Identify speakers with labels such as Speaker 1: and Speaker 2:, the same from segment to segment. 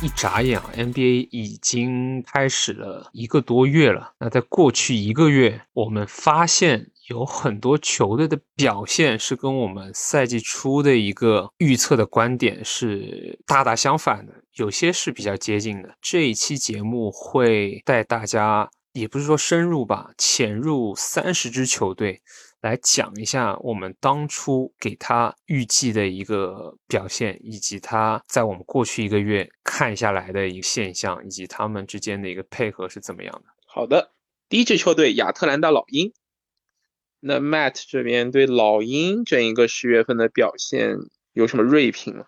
Speaker 1: 一眨眼啊，NBA 已经开始了一个多月了。那在过去一个月，我们发现有很多球队的表现是跟我们赛季初的一个预测的观点是大大相反的，有些是比较接近的。这一期节目会带大家，也不是说深入吧，潜入三十支球队。来讲一下我们当初给他预计的一个表现，以及他在我们过去一个月看下来的一个现象，以及他们之间的一个配合是怎么样的。
Speaker 2: 好的，第一支球队亚特兰大老鹰。那 Matt 这边对老鹰整一个十月份的表现有什么锐评吗？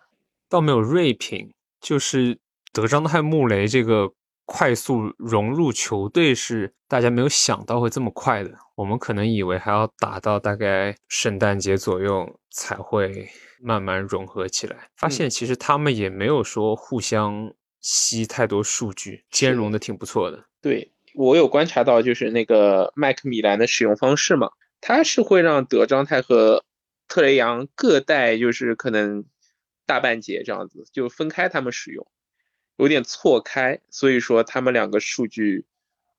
Speaker 1: 倒没有锐评，就是德章泰穆雷这个快速融入球队是大家没有想到会这么快的。我们可能以为还要打到大概圣诞节左右才会慢慢融合起来，发现其实他们也没有说互相吸太多数据，兼容的挺不错的。
Speaker 2: 对我有观察到，就是那个麦克米兰的使用方式嘛，他是会让德章泰和特雷杨各带就是可能大半节这样子，就分开他们使用，有点错开，所以说他们两个数据，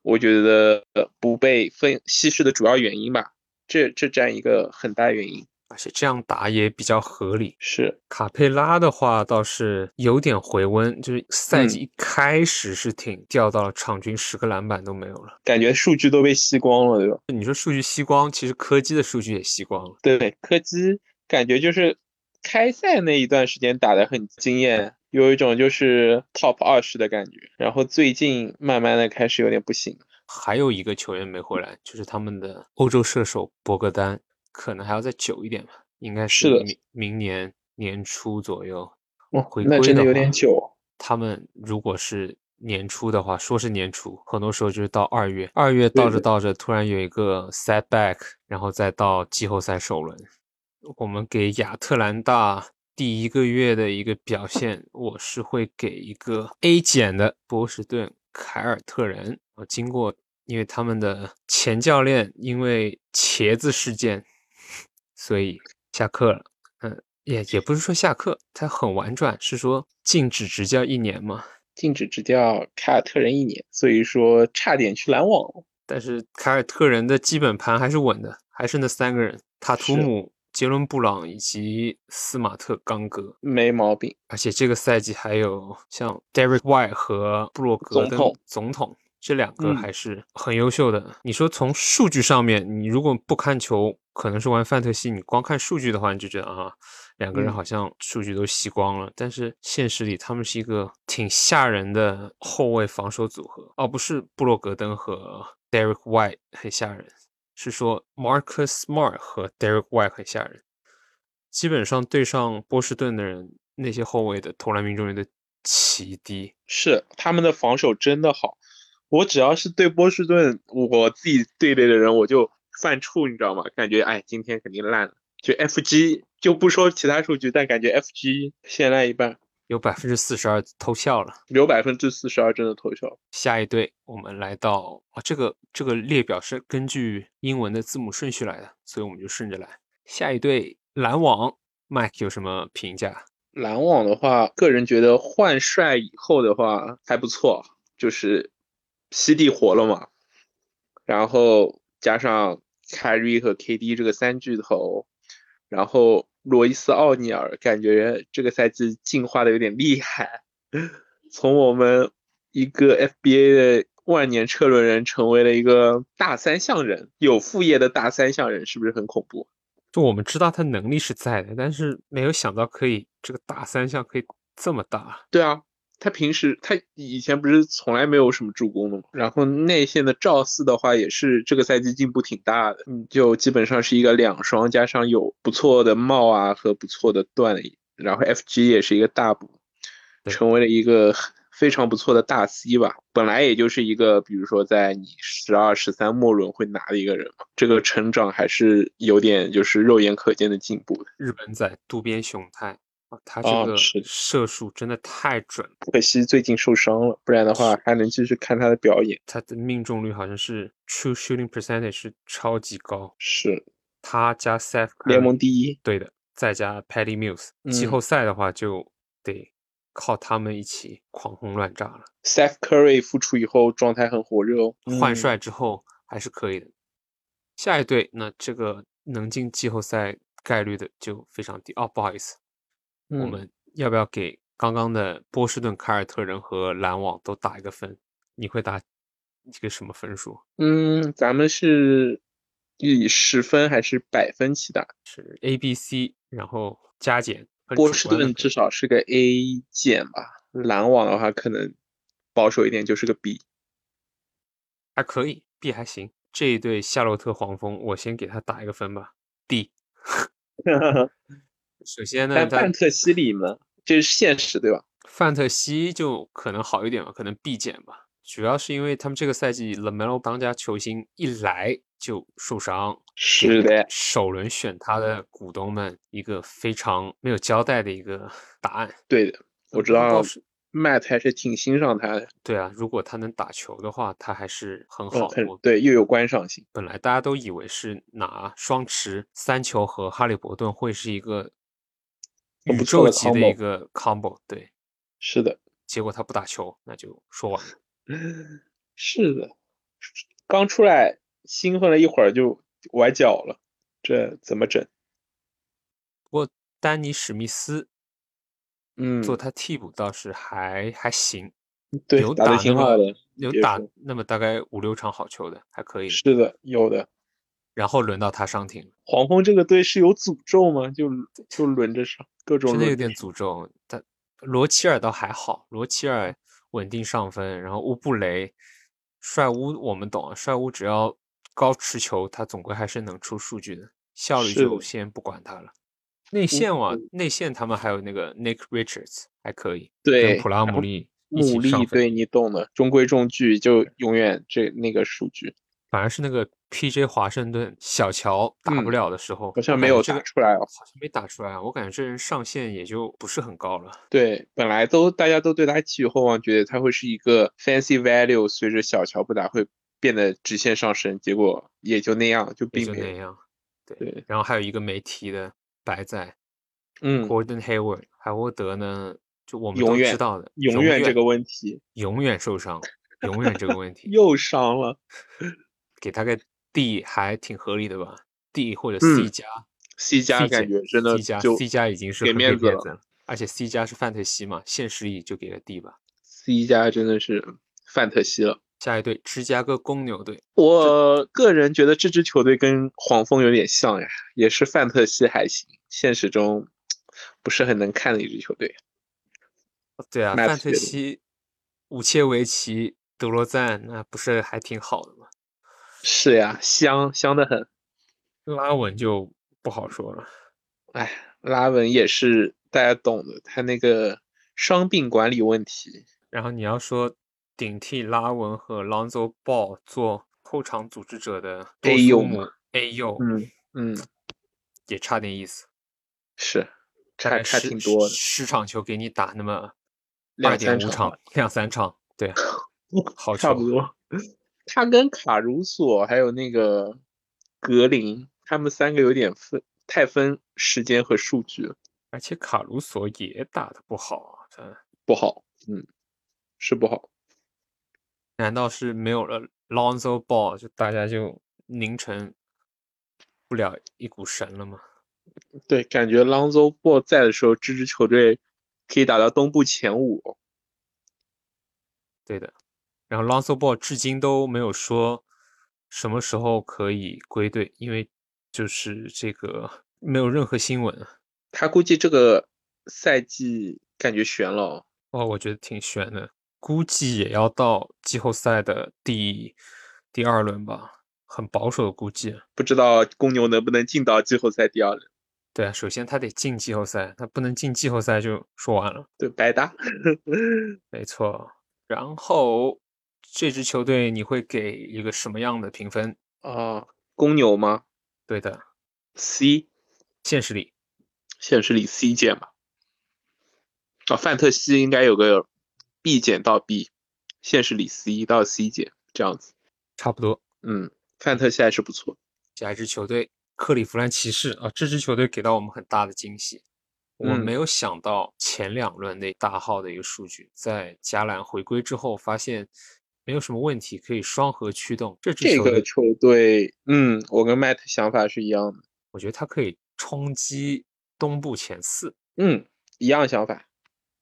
Speaker 2: 我觉得呃不被分稀释的主要原因吧，这这占一个很大原因。
Speaker 1: 而且这样打也比较合理。
Speaker 2: 是
Speaker 1: 卡佩拉的话倒是有点回温，就是赛季
Speaker 2: 嗯
Speaker 1: 一开始是挺掉到了场均十个篮板都没有了。
Speaker 2: 感觉数据都被吸光了，对吧？
Speaker 1: 你说数据吸光，其实柯基的数据也吸光了。
Speaker 2: 对，柯基感觉就是开赛那一段时间打得很惊艳，有一种就是 top 二十的感觉。然后最近慢慢的开始有点不行。
Speaker 1: 还有一个球员没回来，就是他们的欧洲射手博格丹，可能还要再久一点吧，应该
Speaker 2: 是的
Speaker 1: 明明年年初左右。
Speaker 2: 哦
Speaker 1: 回
Speaker 2: 那
Speaker 1: 归
Speaker 2: 真的
Speaker 1: 的
Speaker 2: 有
Speaker 1: 话
Speaker 2: 点久。啊
Speaker 1: 他们如果是年初的话，说是年初，很多时候就是到二月，二月
Speaker 2: 对
Speaker 1: 到着
Speaker 2: 对
Speaker 1: 到着，突然有一个 setback，然后再到季后赛首轮。我们给亚特兰大第一个月的一个表现，我是会给一个 A 减的波士顿凯尔特人。我经过，因为他们的前教练因为茄子事件， 所以下课了。嗯，也也不是说下课，他很婉转，是说禁止执教一年嘛。
Speaker 2: 禁止执教凯尔特人一年，所以说差点去篮网了。
Speaker 1: 但是凯尔特人的基本盘还是稳的，还是那三个人：塔图
Speaker 2: 是
Speaker 1: 姆、杰伦·布朗以及斯马特·冈格。
Speaker 2: 没毛病，
Speaker 1: 而且这个赛季还有像 Derek White 和布洛格
Speaker 2: 总
Speaker 1: 登
Speaker 2: 统
Speaker 1: 总统这两个
Speaker 2: 嗯
Speaker 1: 还是很优秀的。你说从数据上面，你如果不看球，可能是玩范特西，你光看数据的话，你就觉得啊，两个人
Speaker 2: 嗯
Speaker 1: 好像数据都吸光了。但是现实里，他们是一个挺吓人的后卫防守组合，而不是布洛格登和 Derek White 很吓人，是说 Marcus Smart 和 Derek White 很吓人。基本上对上波士顿的人，那些后卫的投篮命中率都奇低。
Speaker 2: 是他们的防守真的好。我只要是对波士顿我自己队内的人，我就犯怵，你知道吗？感觉哎，今天肯定烂了。就 FG 就不说其他数据，但感觉 FG 先烂一半，
Speaker 1: 有百分之四十二偷笑了。
Speaker 2: 有百分之四十二真的投效。
Speaker 1: 下一队，我们来到啊，这个这个列表是根据英文的字母顺序来的，所以我们就顺着来。下一队篮网，Mike 有什么评价？
Speaker 2: 篮网的话，个人觉得换帅以后的话还不错，就是西地活了嘛，然后加上凯瑞和 KD 这个三巨头，然后罗伊斯奥尼尔，感觉这个赛季进化的有点厉害， 从我们一个 FBA 的万年车轮人，成为了一个大三项人，有副业的大三项人，是不是很恐怖？
Speaker 1: 就我们知道他能力是在的，但是没有想到可以这个大三项可以这么大。
Speaker 2: 对啊，他平时他以前不是从来没有什么助攻的嘛，然后内线的赵四的话也是这个赛季进步挺大的，嗯，就基本上是一个两双加上有不错的帽啊和不错的段，然后 FG 也是一个大补，
Speaker 1: 对
Speaker 2: 成为了一个非常不错的大 C 吧。本来也就是一个比如说在你十二十三末轮会拿的一个人嘛，这个成长还是有点就是肉眼可见的进步的，
Speaker 1: 日本仔渡边雄太啊，他这
Speaker 2: 哦
Speaker 1: 个
Speaker 2: 是的
Speaker 1: 射术真的太准了。
Speaker 2: 可惜最近受伤了，不然的话还能继续看他的表演。
Speaker 1: 他的命中率好像是 true shooting percentage 是超级高，
Speaker 2: 是，
Speaker 1: 他加嗯 Seth Curry
Speaker 2: 联盟第一。
Speaker 1: 对的，再加 Patty Mills，季
Speaker 2: 嗯
Speaker 1: 后赛的话就得靠他们一起狂轰乱炸了。
Speaker 2: Steph Curry 复出以后状态很火热哦，
Speaker 1: 嗯换帅之后还是可以的。下一队，那这个能进季后赛概率的就非常低哦。不好意思，
Speaker 2: 嗯
Speaker 1: 我们要不要给刚刚的波士顿凯尔特人和篮网都打一个分？你会打一个什么分数？
Speaker 2: 嗯，咱们是以十分还是百分起打？
Speaker 1: 是 A、B、C，然后加减。很
Speaker 2: 波
Speaker 1: 主
Speaker 2: 士
Speaker 1: 观的
Speaker 2: 顿
Speaker 1: 分
Speaker 2: 至少是个 A 减吧，篮网的话可能保守一点就是 个 B。
Speaker 1: 还可以，B 还行。这一对夏洛特黄蜂，我先给他打一个分吧，D。首先呢，
Speaker 2: 但
Speaker 1: 他
Speaker 2: 范特西里嘛，这是现实对吧？
Speaker 1: 范特西就可能好一点吧，可能 B 减吧。主要是因为他们这个赛季 LaMelo 当家球星一来就受伤，
Speaker 2: 是的，
Speaker 1: 首轮选他的股东们一个非常没有交代的一个答案。
Speaker 2: 对的，我知
Speaker 1: 不过
Speaker 2: 道
Speaker 1: 是
Speaker 2: Matt 还是挺欣赏他的，
Speaker 1: 对啊，如果他能打球的话，他还是很
Speaker 2: 嗯，
Speaker 1: 好。
Speaker 2: 很
Speaker 1: 我
Speaker 2: 对，又有观赏性。
Speaker 1: 本来大家都以为是拿双持、三球和哈利伯顿会是一个
Speaker 2: 很
Speaker 1: 宇
Speaker 2: 哦不错
Speaker 1: 宙
Speaker 2: 的
Speaker 1: 级的一
Speaker 2: combo
Speaker 1: 个 combo，对，
Speaker 2: 是的，
Speaker 1: 结果他不打球，那就说完了。
Speaker 2: 是的，刚出来兴奋了一会儿就崴脚了，这怎么整？
Speaker 1: 不过丹尼史密斯
Speaker 2: 嗯，
Speaker 1: 做他替补倒是还还行，
Speaker 2: 对
Speaker 1: 有，
Speaker 2: 打的
Speaker 1: 打
Speaker 2: 挺
Speaker 1: 那么
Speaker 2: 好的，
Speaker 1: 有
Speaker 2: 别
Speaker 1: 打
Speaker 2: 说
Speaker 1: 那么大概五六场好球的，还可以。
Speaker 2: 是的，有的。
Speaker 1: 然后轮到他上庭了，
Speaker 2: 黄蜂这个队是有诅咒吗？就就轮着上，各种
Speaker 1: 真的
Speaker 2: 轮
Speaker 1: 有
Speaker 2: 着
Speaker 1: 点
Speaker 2: 上
Speaker 1: 诅咒。但罗齐尔倒还好，罗齐尔稳定上分，然后乌布雷、帅乌我们懂啊，帅乌只要高持球，他总归还是能出数据的，效率
Speaker 2: 是
Speaker 1: 就
Speaker 2: 的
Speaker 1: 先不管他了。内线哇、
Speaker 2: 布
Speaker 1: 内线他们还有那个 Nick Richards 还可以，
Speaker 2: 对
Speaker 1: 跟普拉姆利一
Speaker 2: 牡
Speaker 1: 起上
Speaker 2: 蛎，
Speaker 1: 分，
Speaker 2: 对你懂的，中规中矩，就永远这那个数据
Speaker 1: 反而是那个 P.J. 华盛顿小乔打不
Speaker 2: 嗯
Speaker 1: 了的时候，
Speaker 2: 好像
Speaker 1: 我
Speaker 2: 没
Speaker 1: 感觉
Speaker 2: 有
Speaker 1: 哎这
Speaker 2: 打
Speaker 1: 个
Speaker 2: 出来哦。
Speaker 1: 好像没打出来啊，我感觉这人上限也就不是很高了。
Speaker 2: 对，本来都大家都对他寄予厚望，觉得他会是一个 fancy value，随着小乔不打会变得直线上升，结果也就那样，就
Speaker 1: 也
Speaker 2: 并
Speaker 1: 就
Speaker 2: 没
Speaker 1: 那
Speaker 2: 有。
Speaker 1: 样。对，
Speaker 2: 对，
Speaker 1: 然后还有一个没提的白仔、
Speaker 2: 嗯，
Speaker 1: Gordon Hayward 海沃德呢，就我们
Speaker 2: 永
Speaker 1: 都知
Speaker 2: 远
Speaker 1: 道的，
Speaker 2: 永
Speaker 1: 永
Speaker 2: 远这个问题
Speaker 1: 永远受伤，永远这个问题，
Speaker 2: 又伤了
Speaker 1: 给他个 D 还挺合理的吧？D 或者
Speaker 2: 嗯
Speaker 1: C 加、
Speaker 2: ，C 加感觉真的
Speaker 1: C 加
Speaker 2: 就
Speaker 1: C 加已经是
Speaker 2: 给
Speaker 1: 很给
Speaker 2: 面子
Speaker 1: 面
Speaker 2: 了
Speaker 1: 子了，而且 C 加是范特西嘛，现实里就给个 D 吧。
Speaker 2: C 加真的是范特西了。
Speaker 1: 下一队芝加哥公牛队，
Speaker 2: 我个人觉得这支球队跟黄蜂有点像呀，也是范特西还行，现实中不是很能看的一支球队。
Speaker 1: 对啊，
Speaker 2: Matt
Speaker 1: 范特
Speaker 2: 觉得
Speaker 1: 西、武切维奇、德罗赞，那不是还挺好的吗？
Speaker 2: 是呀，香香的很。
Speaker 1: 拉文就不好说了。
Speaker 2: 哎，拉文也是大家懂的，他那个伤病管理问题，
Speaker 1: 然后你要说顶替拉文和 Lonzo Ball 做后场组织者的多
Speaker 2: AU
Speaker 1: 苏姆 A 右，
Speaker 2: 嗯嗯，
Speaker 1: 也差点意思，
Speaker 2: 哎是
Speaker 1: 大
Speaker 2: 差
Speaker 1: 概
Speaker 2: 差
Speaker 1: 十
Speaker 2: 挺多的，
Speaker 1: 十场球给你打那么二
Speaker 2: 两
Speaker 1: 点
Speaker 2: 三
Speaker 1: 五
Speaker 2: 场
Speaker 1: 场
Speaker 2: 吧，
Speaker 1: 两三场，对啊，好
Speaker 2: 差不
Speaker 1: 球
Speaker 2: 多。 他跟卡鲁索还有那个格林，他们三个有点分太分时间和数据了。
Speaker 1: 而且卡鲁索也打得不好啊，他
Speaker 2: 不好，嗯，是不好。
Speaker 1: 难道是没有了 Lonzo Ball 就大家就凝成不了一股神了吗？
Speaker 2: 对，感觉 Lonzo Ball 在的时候，这支球队可以打到东部前五。
Speaker 1: 对的。然后 Lonzo Ball 至今都没有说什么时候可以归队，因为就是这个没有任何新闻啊
Speaker 2: 他估计这个赛季感觉悬了哦，
Speaker 1: 哦，我觉得挺悬的，估计也要到季后赛的第第二轮吧，很保守的估计。
Speaker 2: 不知道公牛能不能进到季后赛第二轮，
Speaker 1: 对啊，首先他得进季后赛，他不能进季后赛就说完了。
Speaker 2: 对，白搭。
Speaker 1: 没错，然后这支球队你会给一个什么样的评分？
Speaker 2: 啊，公牛吗
Speaker 1: 对的，
Speaker 2: ？C，
Speaker 1: 现实里
Speaker 2: 现实里 C 减吧。啊，范特西应该有个 B 减到 B，现实里 C 到 C 减这样子。
Speaker 1: 差不多。
Speaker 2: 嗯，范特西还是不错。
Speaker 1: 下一支球队克利夫兰骑士啊，这支球队给到我们很大的惊喜。我
Speaker 2: 嗯
Speaker 1: 没有想到前两轮那大号的一个数据，在加兰回归之后，发现没有什么问题，可以双核驱动。这支
Speaker 2: 这
Speaker 1: 球队，
Speaker 2: 个球队，嗯，我跟 Matt 想法是一样的，
Speaker 1: 我觉得它可以冲击东部前四。
Speaker 2: 嗯，一样想法，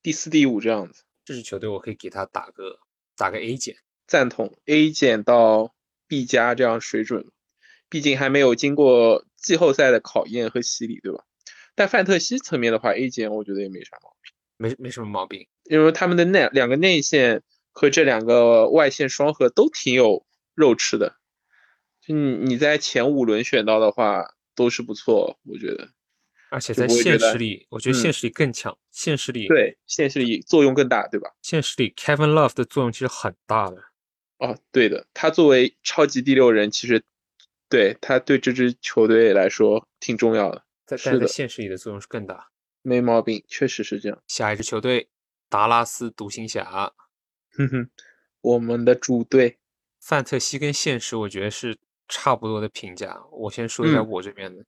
Speaker 2: 第四、第五这样子，
Speaker 1: 这支球队我可以给他打个打个 A 减。
Speaker 2: 赞同 A 减到 B 加这样水准，毕竟还没有经过季后赛的考验和洗礼，对吧？但范特西层面的话，A 减我觉得也没啥毛
Speaker 1: 没没什么毛病，
Speaker 2: 病，因为他们的内两个内线和这两个外线双核都挺有肉吃的，就你你在前五轮选到的话都是不错，我觉得。
Speaker 1: 而且
Speaker 2: 就
Speaker 1: 在
Speaker 2: 不会觉
Speaker 1: 现
Speaker 2: 得
Speaker 1: 实里，我觉得
Speaker 2: 嗯
Speaker 1: 现实里更强。现实里，
Speaker 2: 对，现实里作用更大，对吧？
Speaker 1: 现实里 Kevin Love 的作用其实很大的。
Speaker 2: 哦，对的，他作为超级第六人，其实对他对这支球队来说挺重要的，
Speaker 1: 在
Speaker 2: 是
Speaker 1: 但在
Speaker 2: 的
Speaker 1: 现实里的作用是更大。
Speaker 2: 没毛病，确实是这样。
Speaker 1: 下一支球队，达拉斯独行侠，
Speaker 2: 哼哼，我们的主队，
Speaker 1: 范特西跟现实我觉得是差不多的评价。我先说一下
Speaker 2: 嗯
Speaker 1: 我这边的、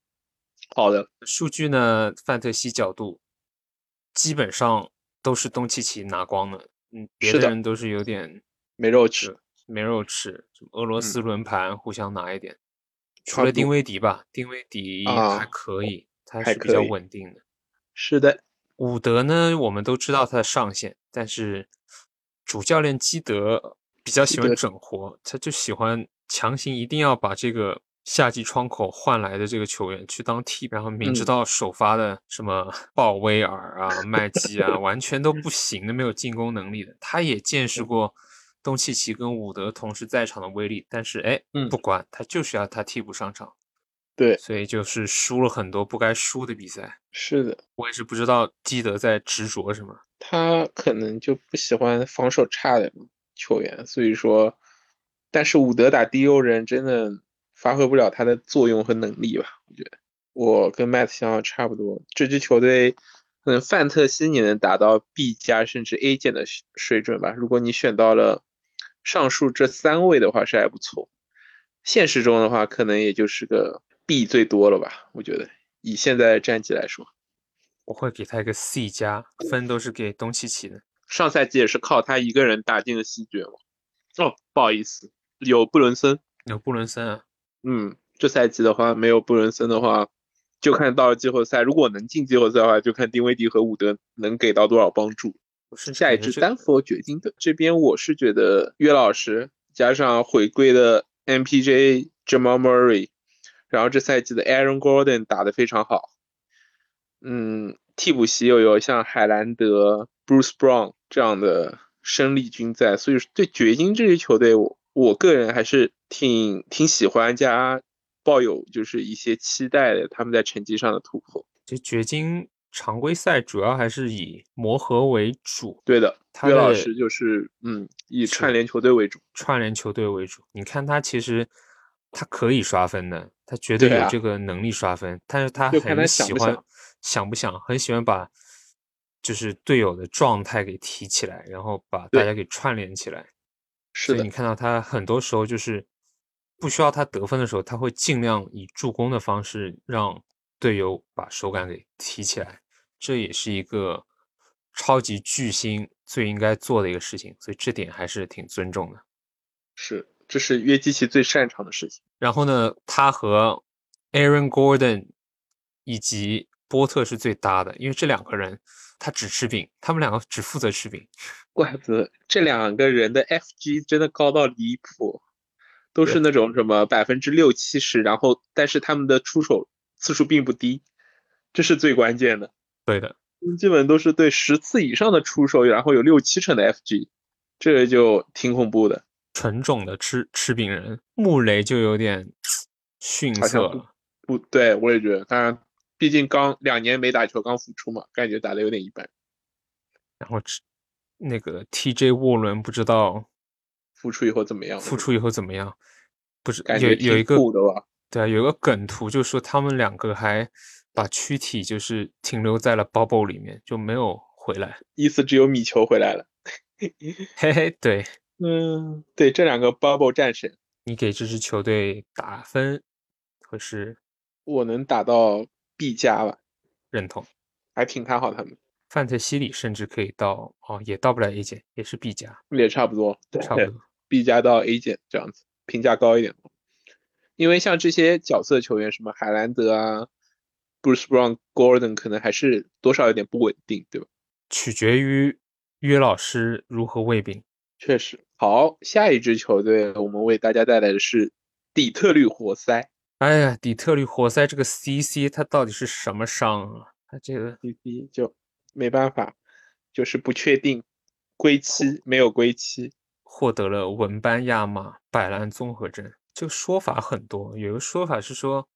Speaker 2: 好的，
Speaker 1: 数据呢，范特西角度基本上都是东契奇拿光的，嗯，别
Speaker 2: 是
Speaker 1: 的
Speaker 2: 的
Speaker 1: 人都是有点
Speaker 2: 没肉吃，
Speaker 1: 没肉吃，什么俄罗
Speaker 2: 嗯
Speaker 1: 斯轮盘互相拿一点，除
Speaker 2: 差
Speaker 1: 了
Speaker 2: 不
Speaker 1: 丁
Speaker 2: 多
Speaker 1: 威迪吧，丁威迪
Speaker 2: 啊
Speaker 1: 还可以，他
Speaker 2: 还
Speaker 1: 是比较
Speaker 2: 可以
Speaker 1: 稳定的。
Speaker 2: 是的，
Speaker 1: 伍德呢，我们都知道他的上限，但是主教练基德比较喜
Speaker 2: 基
Speaker 1: 欢
Speaker 2: 德
Speaker 1: 整活，他就喜欢强行一定要把这个夏季窗口换来的这个球员去当替，然后明知
Speaker 2: 嗯
Speaker 1: 道首发的什么 鲍威尔啊、麦基啊，完全都不行的，没有进攻能力的。他也见
Speaker 2: 嗯
Speaker 1: 识过东契奇跟伍德同时在场的威力，但是哎
Speaker 2: 嗯，
Speaker 1: 不管他就是要他替补上场，
Speaker 2: 对，
Speaker 1: 所以就是输了很多不该输的比赛。
Speaker 2: 是的，
Speaker 1: 我也是不知道基德在执着什么。
Speaker 2: 他可能就不喜欢防守差的球员，所以说，但是伍德打第六人真的发挥不了他的作用和能力吧？我觉得我跟 Matt 想法差不多，这支球队可能范特西你能达到 B 加甚至 A 减的水水准吧？如果你选到了上述这三位的话，是还不错。现实中的话，可能也就是个 B 最多了吧？我觉得以现在的战绩来说。
Speaker 1: 我会给他一个 C 加，分都是给东契奇的。
Speaker 2: 上赛季也是靠他一个人打进了西决嘛。哦，不好意思，有布伦森。
Speaker 1: 有布伦森啊，
Speaker 2: 嗯，这赛季的话没有布伦森的话，就看到了季后赛。如果能进季后赛的话，就看丁威迪和伍德能给到多少帮助。
Speaker 1: 我甚至
Speaker 2: 下一
Speaker 1: 感觉
Speaker 2: 支
Speaker 1: 这
Speaker 2: 丹佛决定的这边，我是觉得岳老师加上回归的 MPJ Jamal Murray，然后这赛季的 Aaron Gordon 打得非常好。嗯，替补席又有像海兰德、Bruce Brown 这样的生力军在，所以说对掘金这支球队我，我个人还是挺挺喜欢加抱有就是一些期待的，他们在成绩上的突破。
Speaker 1: 这掘金常规赛主要还是以磨合为主，
Speaker 2: 对的，
Speaker 1: 他
Speaker 2: 岳老
Speaker 1: 的
Speaker 2: 师就是嗯，以
Speaker 1: 是
Speaker 2: 串联球队为主。
Speaker 1: 串联球队为主。你看他其实他可以刷分的，他绝对
Speaker 2: 对
Speaker 1: 有
Speaker 2: 啊
Speaker 1: 这个能力刷分，但是他
Speaker 2: 就看
Speaker 1: 很
Speaker 2: 他想
Speaker 1: 喜
Speaker 2: 不
Speaker 1: 欢
Speaker 2: 想
Speaker 1: 想不想，很喜欢把就是队友的状态给提起来，然后把大
Speaker 2: 对
Speaker 1: 家给串联起来。
Speaker 2: 是
Speaker 1: 所以
Speaker 2: 的
Speaker 1: 你，看到他很多时候就是不需要他得分的时候，他会尽量以助攻的方式让队友把手感给提起来。这也是一个超级巨星最应该做的一个事情，所以这点还是挺尊重的。
Speaker 2: 是这是约基奇最擅长的事情。
Speaker 1: 然后呢，他和 Aaron Gordon 以及波特是最搭的，因为这两个人他只吃饼，他们两个只负责吃饼。
Speaker 2: 怪不得这两个人的 FG 真的高到离谱，都是
Speaker 1: 对
Speaker 2: 那种什么百分之六七十，然后但是他们的出手次数并不低，这是最关键的。
Speaker 1: 对的，
Speaker 2: 基本都是对十次以上的出手，然后有六七成的 FG，这就挺恐怖的。
Speaker 1: 纯种的吃吃饼人，穆雷就有点逊
Speaker 2: 好像
Speaker 1: 色
Speaker 2: 不
Speaker 1: 了。
Speaker 2: 不对，我也觉得，当然，毕竟刚两年没打球，刚复出嘛，感觉打的有点一般，
Speaker 1: 然后只那个 TJ 沃伦不知道
Speaker 2: 复出以后怎么样？
Speaker 1: 复出以后怎么样，不知
Speaker 2: 嗯感
Speaker 1: 有
Speaker 2: 觉
Speaker 1: 有
Speaker 2: 挺
Speaker 1: 一个
Speaker 2: 酷的吧？
Speaker 1: 对啊，有一个梗图就说他们两个还把躯体就是停留在了 bubble 里面，就没有回 来。
Speaker 2: 意思只有米球回来了。
Speaker 1: 嘿嘿，对
Speaker 2: 嗯，对，这两个 Bubble 战神，
Speaker 1: 你给这支球队打分会是
Speaker 2: 我能打到 B 加吧？
Speaker 1: 认同。
Speaker 2: 还挺看好他们，
Speaker 1: 范特西里甚至可以到哦，也到不了 A 减，也是 B 加，
Speaker 2: 也差不多，对
Speaker 1: 差不多。
Speaker 2: B 加到 A 减这样子，评价高一点。因为像这些角色球员，什么海兰德啊、Bruce Brown、Gordon，可能还是多少有点不稳定，对吧？
Speaker 1: 取决于约老师如何喂饼。
Speaker 2: 确实。好，下一支球队，我们为大家带来的是底特律活塞。
Speaker 1: 哎呀，底特律活塞这个 CC 他到底是什么伤啊？他这个
Speaker 2: CC 就没办法，就是不确定，归期没有归期。
Speaker 1: 获得了文班亚马摆烂综合症。这个说法很多，有一个说法是说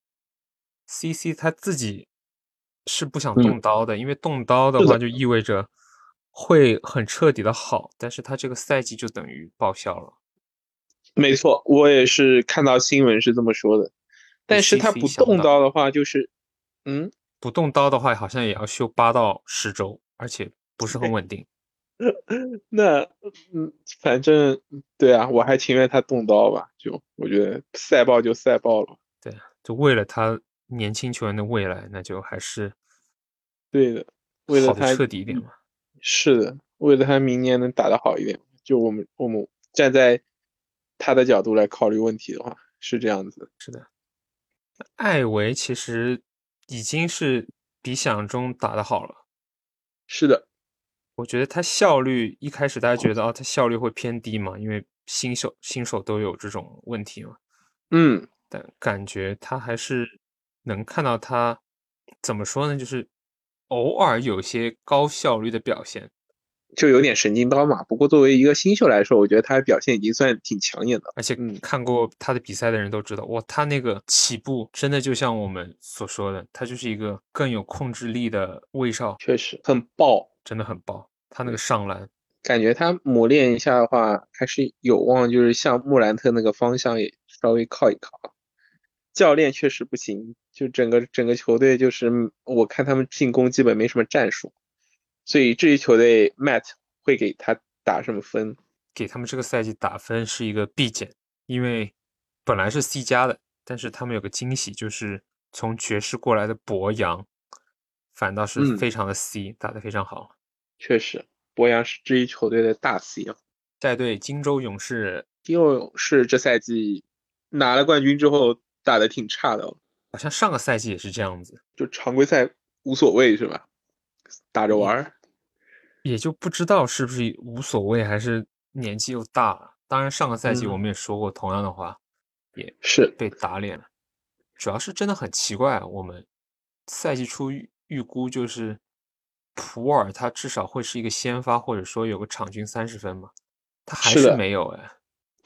Speaker 1: ，C C 他自己是不想动刀的，因为动刀的
Speaker 2: 嗯是的
Speaker 1: 话就意味着会很彻底的好，但是他这个赛季就等于报销了。
Speaker 2: 没错，我也是看到新闻是这么说的，但是他
Speaker 1: CC
Speaker 2: 不
Speaker 1: 想
Speaker 2: 动
Speaker 1: 到
Speaker 2: 刀的话，就是，嗯，
Speaker 1: 不动刀的话，好像也要休八到十周，而且不是很稳定。
Speaker 2: 那嗯，反正对啊，我还情愿他动刀吧，就我觉得赛爆就赛爆了，
Speaker 1: 就为了他年轻球员的未来，那就还是
Speaker 2: 对的，为了
Speaker 1: 好得
Speaker 2: 他嗯
Speaker 1: 彻底一点嘛。
Speaker 2: 是的，为了他明年能打得好一点，就我们我们站在他的角度来考虑问题的话，是这样子的。
Speaker 1: 艾维其实已经是比想象中打得好了。
Speaker 2: 是的，
Speaker 1: 我觉得他效率一开始大家觉得啊，他效率会偏低嘛，因为新手新手都有这种问题嘛。
Speaker 2: 嗯，
Speaker 1: 但感觉他还是能看到他怎么说呢，就是偶尔有一些高效率的表现。
Speaker 2: 就有点神经刀嘛。不过作为一个新秀来说，我觉得他的表现已经算挺抢眼的了。
Speaker 1: 而且
Speaker 2: 嗯
Speaker 1: 看过他的比赛的人都知道，哇，他那个起步真的就像我们所说的，他就是一个更有控制力的卫少，
Speaker 2: 确实很爆，
Speaker 1: 真的很棒。他那个上篮，
Speaker 2: 感觉他磨练一下的话，还是有望就是向莫兰特那个方向也稍微靠一靠。教练确实不行，就整个整个球队就是我看他们进攻基本没什么战术，所以这支球队 Matt 会给他打什么分？
Speaker 1: 给他们这个赛季打分是一个必减，因为本来是 C 加的，但是他们有个惊喜，就是从爵士过来的博扬，反倒是
Speaker 2: 嗯
Speaker 1: 非常的 C，、打得非常好。
Speaker 2: 确实，博扬是这支球队的大 C 啊。
Speaker 1: 下一队金州勇士
Speaker 2: 又是这赛季拿了冠军之后打得挺差的哦，
Speaker 1: 好像上个赛季也是这样子，
Speaker 2: 就常规赛无所谓是吧？打着玩儿。
Speaker 1: 也就不知道是不是无所谓，还是年纪又大了。当然上个赛季
Speaker 2: 嗯
Speaker 1: 我们也说过同样的话，
Speaker 2: 是
Speaker 1: 被打脸了。主要是真的很奇怪，我们赛季初预预估就是普尔他至少会是一个先发，或者说有个场均三十分嘛，他还
Speaker 2: 是
Speaker 1: 是
Speaker 2: 的
Speaker 1: 没有哎。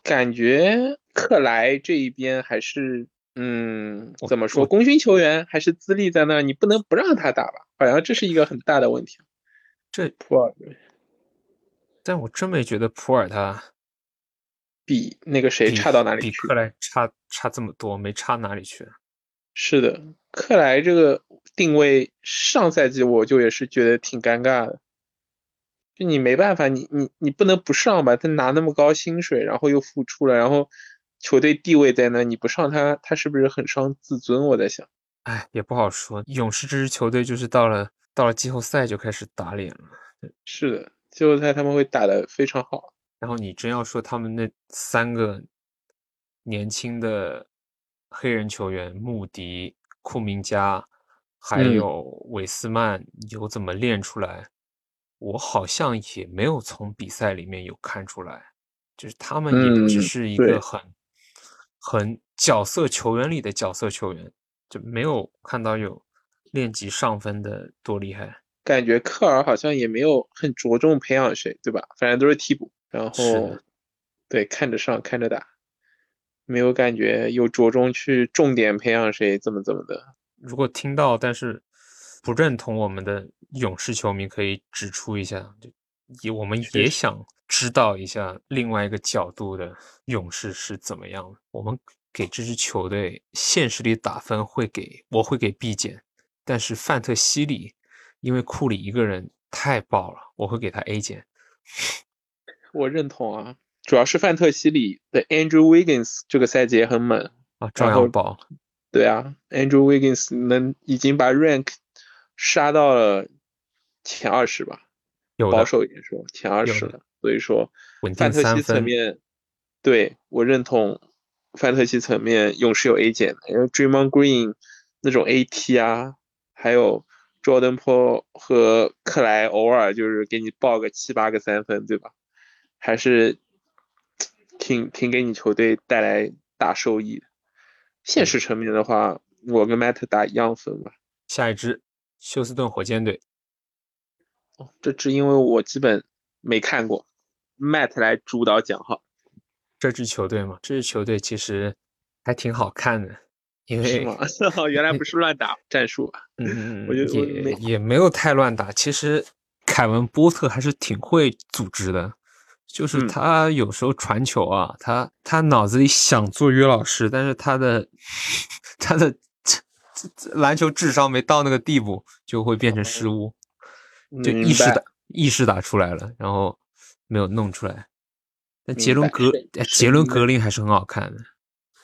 Speaker 2: 感觉克莱这一边还是，嗯，
Speaker 1: 我
Speaker 2: 怎么说？
Speaker 1: 我
Speaker 2: 功勋球员还是资历在那儿，你不能不让他打吧？好像这是一个很大的问题。
Speaker 1: 这，
Speaker 2: 普尔
Speaker 1: 但我真没觉得普尔他
Speaker 2: 比那个谁
Speaker 1: 比
Speaker 2: 差到哪
Speaker 1: 比
Speaker 2: 里去？
Speaker 1: 克莱差差这么多，没差哪里去。
Speaker 2: 是的，克莱这个定位，上赛季我就也是觉得挺尴尬的。就你没办法，你你你不能不上吧？他拿那么高薪水，然后又付出了，然后球队地位在那，你不上他，他是不是很伤自尊？我在想。
Speaker 1: 哎，也不好说。勇士这支球队就是到了到了季后赛就开始打脸了。
Speaker 2: 是的，季后赛他们会打得非常好。
Speaker 1: 然后你真要说他们那三个年轻的黑人球员穆迪、库明加，还
Speaker 2: 嗯
Speaker 1: 有韦斯曼有怎么练出来？我好像也没有从比赛里面有看出来，就是他们也只
Speaker 2: 嗯
Speaker 1: 是一
Speaker 2: 对
Speaker 1: 个很、很角色球员里的角色球员，就没有看到有练级上分的多厉害。
Speaker 2: 感觉科尔好像也没有很着重培养谁，对吧？反正都是替补，然
Speaker 1: 是
Speaker 2: 后
Speaker 1: 的
Speaker 2: 对看着上看着打，没有感觉有着重去重点培养谁怎么怎么的。
Speaker 1: 如果听到但是不认同我们的勇士球迷，可以指出一下，就也我们
Speaker 2: 确
Speaker 1: 也
Speaker 2: 实
Speaker 1: 想知道一下另外一个角度的勇士是怎么样的。我们给这支球队现实里打分会给我会给 B 减，但是范特西里因为库里一个人太爆了，我会给他 A 减。
Speaker 2: 我认同啊，主要是范特西里的 Andrew Wiggins 这个赛季也很猛，
Speaker 1: 啊，照
Speaker 2: 然后
Speaker 1: 样爆，
Speaker 2: 对啊，Andrew Wiggins 能已经把 Rank 杀到了前二十吧，
Speaker 1: 有
Speaker 2: 保
Speaker 1: 的
Speaker 2: 守一点说前二
Speaker 1: 有
Speaker 2: 十
Speaker 1: 的
Speaker 2: 了。所以说，
Speaker 1: 稳
Speaker 2: 范
Speaker 1: 定
Speaker 2: 特
Speaker 1: 三
Speaker 2: 西层
Speaker 1: 分，
Speaker 2: 面，对我认同范特西层面勇士有 A 减的，因为 Draymond Green 那种 AT 啊，还有 Jordan Po 和克莱偶尔就是给你爆个七八个三分，对吧？还是挺挺给你球队带来大收益的。现实层面的话，我跟 Matt 打一样分吧。
Speaker 1: 下一支休斯顿火箭队，
Speaker 2: 这只因为我基本没看过，Matt 来主导讲哈，
Speaker 1: 这支球队嘛，这支球队其实还挺好看的，因
Speaker 2: 是
Speaker 1: 为
Speaker 2: 吗？ 哦原来不是乱打战术啊。
Speaker 1: 嗯，
Speaker 2: 我觉得我没
Speaker 1: 也也没有太乱打。其实凯文波特还是挺会组织的，就是
Speaker 2: 嗯
Speaker 1: 他有时候传球啊，他他脑子里想做约老师，但是他的 他的这这这篮球智商没到那个地步，就会变成失误，就
Speaker 2: 哦明
Speaker 1: 意识
Speaker 2: 白
Speaker 1: 打意识打出来了，然后没有弄出来。但杰
Speaker 2: 明
Speaker 1: 伦
Speaker 2: 白
Speaker 1: 格
Speaker 2: 是
Speaker 1: 哎
Speaker 2: 是
Speaker 1: 杰伦
Speaker 2: 明白
Speaker 1: 格林还是很好看的，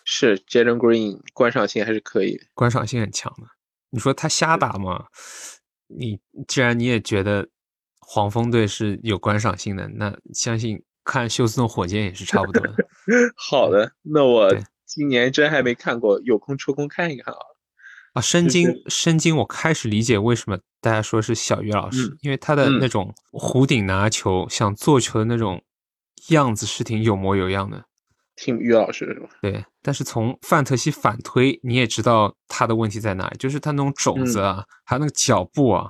Speaker 2: 是 Jalen Green 观赏性还是可以的。
Speaker 1: 观赏性很强的。你说他
Speaker 2: 嗯
Speaker 1: 瞎打吗？你既然你也觉得黄蜂队是有观赏性的，那相信看休斯顿火箭也是差不多的。
Speaker 2: 好的，那我
Speaker 1: 对
Speaker 2: 今年真还没看过，有空抽空看一看啊。
Speaker 1: 啊，申
Speaker 2: 是
Speaker 1: 京
Speaker 2: 是，
Speaker 1: 申京，我开始理解为什么大家说是小鱼老师，
Speaker 2: 嗯
Speaker 1: 因为他的
Speaker 2: 嗯
Speaker 1: 那种弧顶拿球、想做球的那种样子是挺有模有样的。
Speaker 2: 听于老师是吧？
Speaker 1: 对，但是从范特西反推，你也知道他的问题在哪里，就是他那种肘
Speaker 2: 嗯
Speaker 1: 子啊，还有那个脚步啊，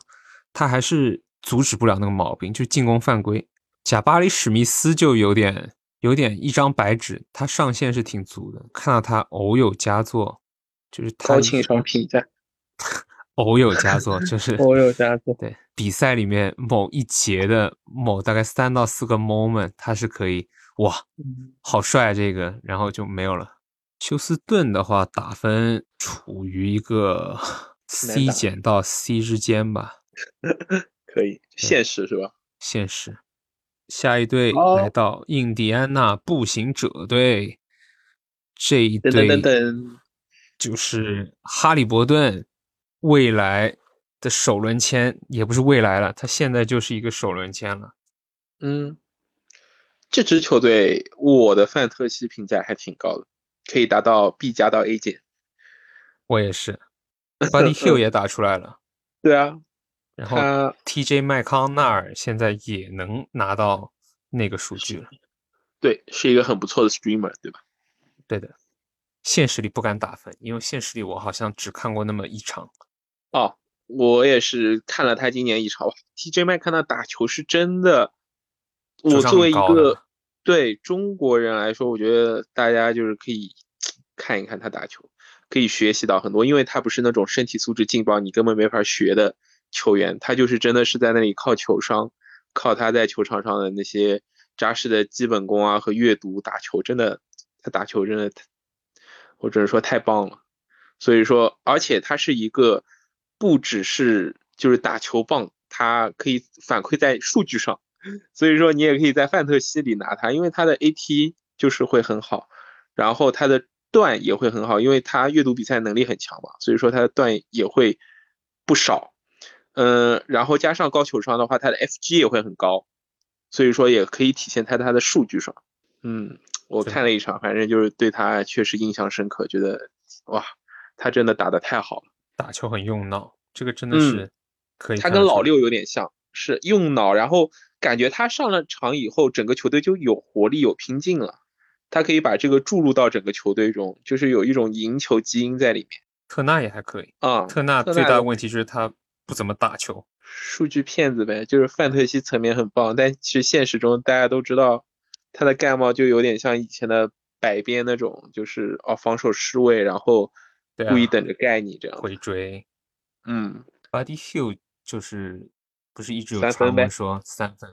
Speaker 1: 他还是阻止不了那个毛病，就进攻犯规。贾巴里史密斯就有点有点一张白纸，他上限是挺足的，看到他偶有佳作，就是他
Speaker 2: 高情商评价，
Speaker 1: 偶有佳 作，就是
Speaker 2: 我有加分。
Speaker 1: 对比赛里面某一节的某大概三到四个 moment，他是可以哇，
Speaker 2: 嗯
Speaker 1: 好帅啊这个，然后就没有了。休斯顿的话，打分处于一个 C
Speaker 2: 打
Speaker 1: 减到 C 之间吧，
Speaker 2: 可以，现实是吧？
Speaker 1: 现实。下一队
Speaker 2: 哦
Speaker 1: 来到印第安纳步行者队，这一
Speaker 2: 等等
Speaker 1: 队
Speaker 2: 等等，
Speaker 1: 就是哈利伯顿未来的首轮签，也不是未来了，他现在就是一个首轮签了。
Speaker 2: 嗯，这支球队我的范特西评价还挺高的，可以达到 B 加到 A 减。
Speaker 1: 我也是
Speaker 2: 嗯
Speaker 1: ，Buddy Hill 也打出来了，
Speaker 2: 对啊，
Speaker 1: 然后
Speaker 2: 他
Speaker 1: TJ 麦康纳尔现在也能拿到那个数据了。
Speaker 2: 对是一个很不错的 streamer，对吧？
Speaker 1: 对的，现实里不敢打分，因为现实里我好像只看过那么一场。
Speaker 2: 哦，我也是看了他今年一场哇，TJ 麦看到打球是真的，
Speaker 1: 球
Speaker 2: 我
Speaker 1: 商
Speaker 2: 作
Speaker 1: 很
Speaker 2: 为一
Speaker 1: 高的
Speaker 2: 个对中国人来说，我觉得大家就是可以看一看他打球，可以学习到很多，因为他不是那种身体素质劲爆你根本没法学的球员，他就是真的是在那里靠球商，靠他在球场上的那些扎实的基本功啊和阅读打球，真的他打球真的太，我只能说太棒了。所以说，而且他是一个不只是就是打球棒，他可以反馈在数据上，所以说你也可以在范特西里拿他，因为他的 AT 就是会很好，然后他的段也会很好，因为他阅读比赛能力很强嘛，所以说他的段也会不少。嗯，然后加上高球商的话，他的 FG 也会很高，所以说也可以体现在他的数据上。嗯，我
Speaker 1: 对
Speaker 2: 看了一场，反正就是对他确实印象深刻，觉得哇，他真的打得太好了。
Speaker 1: 打球很用脑，这个真的
Speaker 2: 嗯
Speaker 1: 是可以
Speaker 2: 他
Speaker 1: 看得出来。
Speaker 2: 跟老六有点像，是用脑，然后感觉他上了场以后，整个球队就有活力、有拼劲了。他可以把这个注入到整个球队中，就是有一种赢球基因在里面
Speaker 1: 特纳也还可以，
Speaker 2: 啊。
Speaker 1: 特纳
Speaker 2: 特
Speaker 1: 最
Speaker 2: 纳
Speaker 1: 大
Speaker 2: 也
Speaker 1: 的问题就是他不怎么打球，
Speaker 2: 数据骗子呗，就是范特西层面很棒，但其实现实中大家都知道，他的盖帽就有点像以前的百变那种，就是哦防守失位，然后
Speaker 1: 对啊
Speaker 2: 故意等着盖你这样。
Speaker 1: 回追。
Speaker 2: 嗯，
Speaker 1: Buddy Hill 就是不是一直有
Speaker 2: 三分
Speaker 1: 传
Speaker 2: 呗
Speaker 1: 闻说三分。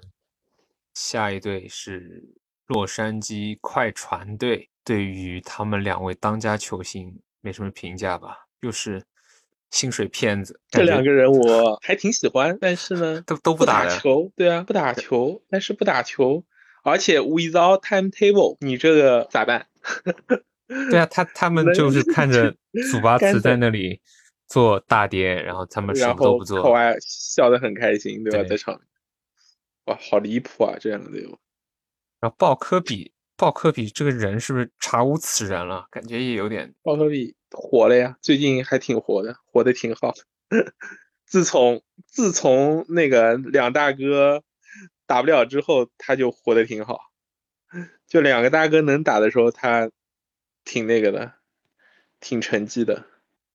Speaker 1: 下一队是洛杉矶快船队，对于他们两位当家球星没什么评价吧，又是薪水骗子，
Speaker 2: 这
Speaker 1: 感觉
Speaker 2: 两个人我还挺喜欢，但是呢，
Speaker 1: 都都
Speaker 2: 不
Speaker 1: 不打的，
Speaker 2: 球，对啊，不打球，但是不打球，而且 without timetable，你这个咋办？
Speaker 1: 对啊，他他们
Speaker 2: 能
Speaker 1: 就是看着祖巴茨
Speaker 2: 干
Speaker 1: 在
Speaker 2: 等
Speaker 1: 那里做大点，然后他们什
Speaker 2: 然
Speaker 1: 么都
Speaker 2: 后
Speaker 1: 不
Speaker 2: 考
Speaker 1: 做。
Speaker 2: 娃笑得很开心，对吧？
Speaker 1: 对
Speaker 2: 在场里，哇，好离谱啊！这两个队伍，
Speaker 1: 然后鲍科比，鲍科比这个人是不是查无此人了？感觉也有点
Speaker 2: 鲍科比火了呀，最近还挺火的，火的挺好。自从自从那个两大哥打不了之后，他就活得挺好。就两个大哥能打的时候，他挺那个的，挺沉寂的。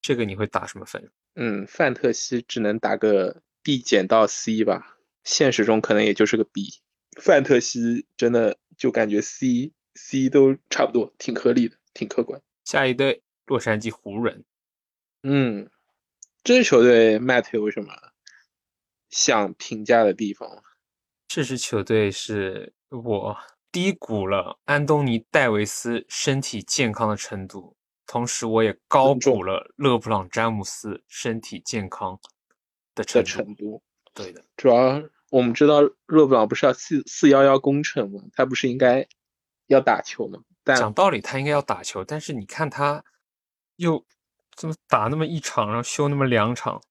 Speaker 1: 这个你会打什么分？
Speaker 2: 嗯，范特西只能打个 B 减到 C 吧，现实中可能也就是个 B。范特西真的就感觉 C C 都差不多，挺合理的，挺客观。
Speaker 1: 下一队洛杉矶湖人，
Speaker 2: 嗯，这支球队 Matt 有什么想评价的地方吗？
Speaker 1: 这支球队是我低估了安东尼·戴维斯身体健康的程度，同时我也高
Speaker 2: 重
Speaker 1: 估了勒布朗·詹姆斯身体健康的
Speaker 2: 的
Speaker 1: 程度。
Speaker 2: 程度，
Speaker 1: 对的，
Speaker 2: 主要我们知道勒布朗不是要四四幺幺攻城吗？他不是应该要打球吗？
Speaker 1: 讲
Speaker 2: 但
Speaker 1: 道理他应该要打球，但是你看他又这么打那么一场，然后休那么两场，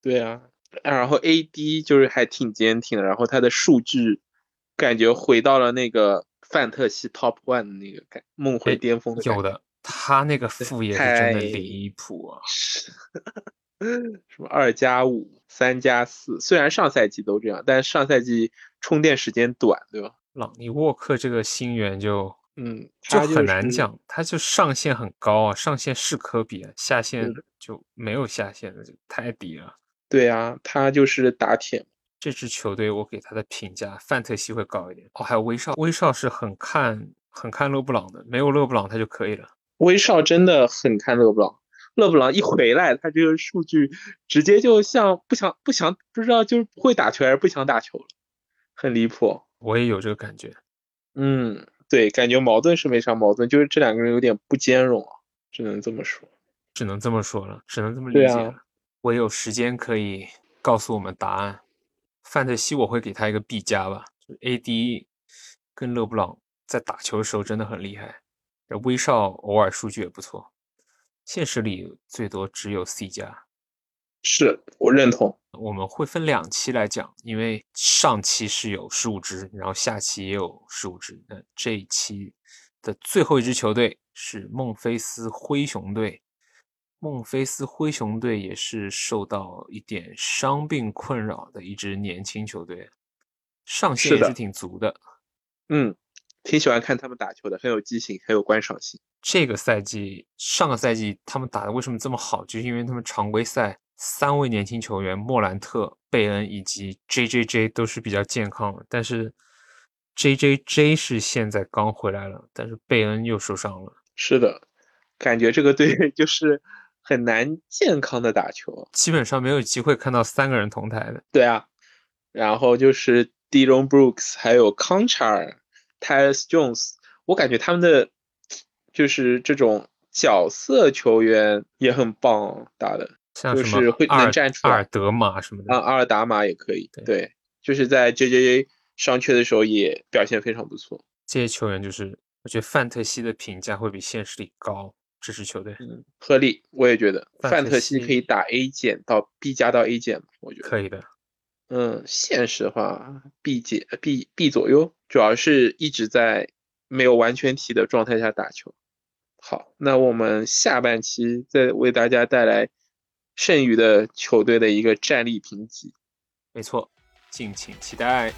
Speaker 2: 对啊，然后 AD 就是还挺坚挺的，然后他的数据感觉回到了那个范特西 Top One 的那个感梦回
Speaker 1: 哎
Speaker 2: 巅峰的感
Speaker 1: 有的他那个副业是真的
Speaker 2: 太
Speaker 1: 离谱啊！
Speaker 2: 是什么二加五、三加四，虽然上赛季都这样，但是上赛季充电时间短，对吧？
Speaker 1: 朗尼·沃克这个新援就
Speaker 2: 嗯，
Speaker 1: 就
Speaker 2: 他
Speaker 1: 很难
Speaker 2: 是，
Speaker 1: 讲，他就上限很高啊，上限是科比啊，下限
Speaker 2: 的
Speaker 1: 就没有下限了，就太低了。
Speaker 2: 对啊，他就是打铁，
Speaker 1: 这支球队我给他的评价，范特西会高一点。哦，还有威少，威少是很看很看勒布朗的，没有勒布朗他就可以了。
Speaker 2: 威少真的很看勒布朗，勒布朗一回来，他这个数据直接就像不想不想不知道就是不会打球还是不想打球了，很离谱。
Speaker 1: 我也有这个感觉。
Speaker 2: 嗯，对，感觉矛盾是没啥矛盾，就是这两个人有点不兼容啊，只能这么说。
Speaker 1: 只能这么说了，只能这么理
Speaker 2: 对
Speaker 1: 解
Speaker 2: 啊
Speaker 1: 了。我有时间可以告诉我们答案。范特西我会给他一个 B 加吧。就是 AD 跟勒布朗在打球的时候真的很厉害，这威少偶尔数据也不错，现实里最多只有 C 加。
Speaker 2: 是我认同，
Speaker 1: 我们会分两期来讲，因为上期是有十五支，然后下期也有十五支。那这一期的最后一支球队是孟菲斯灰熊队。孟菲斯灰熊队也是受到一点伤病困扰的一支年轻球队，上
Speaker 2: 是
Speaker 1: 限也
Speaker 2: 的
Speaker 1: 是挺足的。
Speaker 2: 嗯，挺喜欢看他们打球的，很有激情，很有观赏性。
Speaker 1: 这个赛季、上个赛季他们打的为什么这么好，就是因为他们常规赛三位年轻球员莫兰特、贝恩以及 J J J 都是比较健康的，但是 J J J 是现在刚回来了，但是贝恩又受伤了，
Speaker 2: 是的，感觉这个队 就是很难健康的打球。
Speaker 1: 基本上没有机会看到三个人同台的。
Speaker 2: 对啊，然后就是 Dillon Brooks，还有康查尔、Tyus Jones，我感觉他们的就是这种角色球员也很棒哦打的。
Speaker 1: 像
Speaker 2: 就
Speaker 1: 什
Speaker 2: 是
Speaker 1: 么
Speaker 2: 会能
Speaker 1: 阿尔
Speaker 2: 站出
Speaker 1: 阿
Speaker 2: 来
Speaker 1: 尔德玛什么的，
Speaker 2: 啊，阿尔达玛也可以，
Speaker 1: 对
Speaker 2: 对，就是在 JJJ 伤缺的时候也表现非常不错。
Speaker 1: 这些球员就是我觉得范特西的评价会比现实里高，这支球队
Speaker 2: 合理，我也觉得
Speaker 1: 范
Speaker 2: 范
Speaker 1: 特
Speaker 2: 特西
Speaker 1: 西
Speaker 2: 可以打 A 减到 B 加到 A 减，我觉得
Speaker 1: 可以的。
Speaker 2: 嗯，现实的话 B 减 B B 左右，主要是一直在没有完全体的状态下打球。好，那我们下半期再为大家带来剩余的球队的一个战力评级。
Speaker 1: 没错，敬请期待。